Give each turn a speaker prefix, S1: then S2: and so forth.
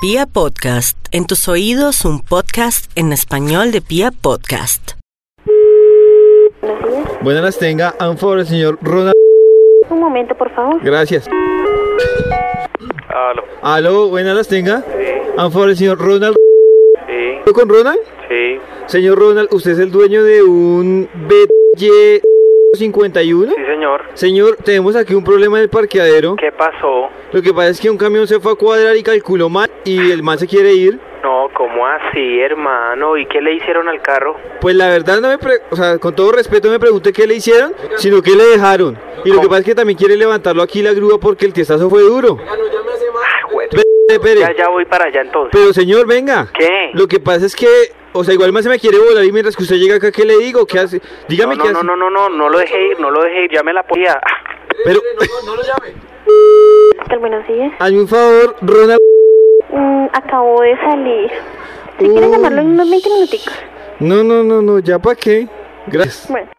S1: Pia Podcast, en tus oídos un podcast en español de Pia Podcast.
S2: Buenas las tenga, a un favor, el señor Ronald.
S3: Un momento, por favor.
S2: Gracias.
S4: Aló,
S2: Aló, buenas las tenga.
S4: sí,
S2: A un favor, el señor Ronald.
S4: sí,
S2: ¿Hablo ¿Con Ronald?
S4: sí,
S2: Señor Ronald, usted es el dueño de un BY51.
S4: sí, señor.
S2: Señor, tenemos aquí un problema en el parqueadero.
S4: ¿Qué pasó?
S2: Lo que pasa es que un camión se fue a cuadrar y calculó mal y el man se quiere ir.
S4: No, ¿cómo así, hermano? ¿Y qué le hicieron al carro?
S2: Pues la verdad no me, pre- o sea, con todo respeto me pregunté qué le hicieron, sino qué le dejaron. Y lo que pasa es que también quiere levantarlo aquí la grúa porque el tiestazo fue duro.
S4: Ah, güey,
S2: Espere, espere.
S4: Ya, ya voy para allá entonces.
S2: Pero señor, venga.
S4: ¿Qué?
S2: Lo que pasa es que, o sea, igual más se me quiere volar y mientras que usted llega acá, ¿qué le digo? ¿Qué hace?
S4: No,
S2: Dígame qué
S4: no, no,
S2: hace.
S4: no, no, no, no lo dejé ir, no lo dejé ir, llame a la policía. Ah,
S2: Pero,
S3: Hotel, buenos días.
S2: hazme un favor, Ronald.
S3: Mm, acabo de salir. Si
S2: Uy.
S3: quieren llamarlo en unos 20 minuticos.
S2: No, no, no, no, ya para qué. Gracias.
S3: Bueno.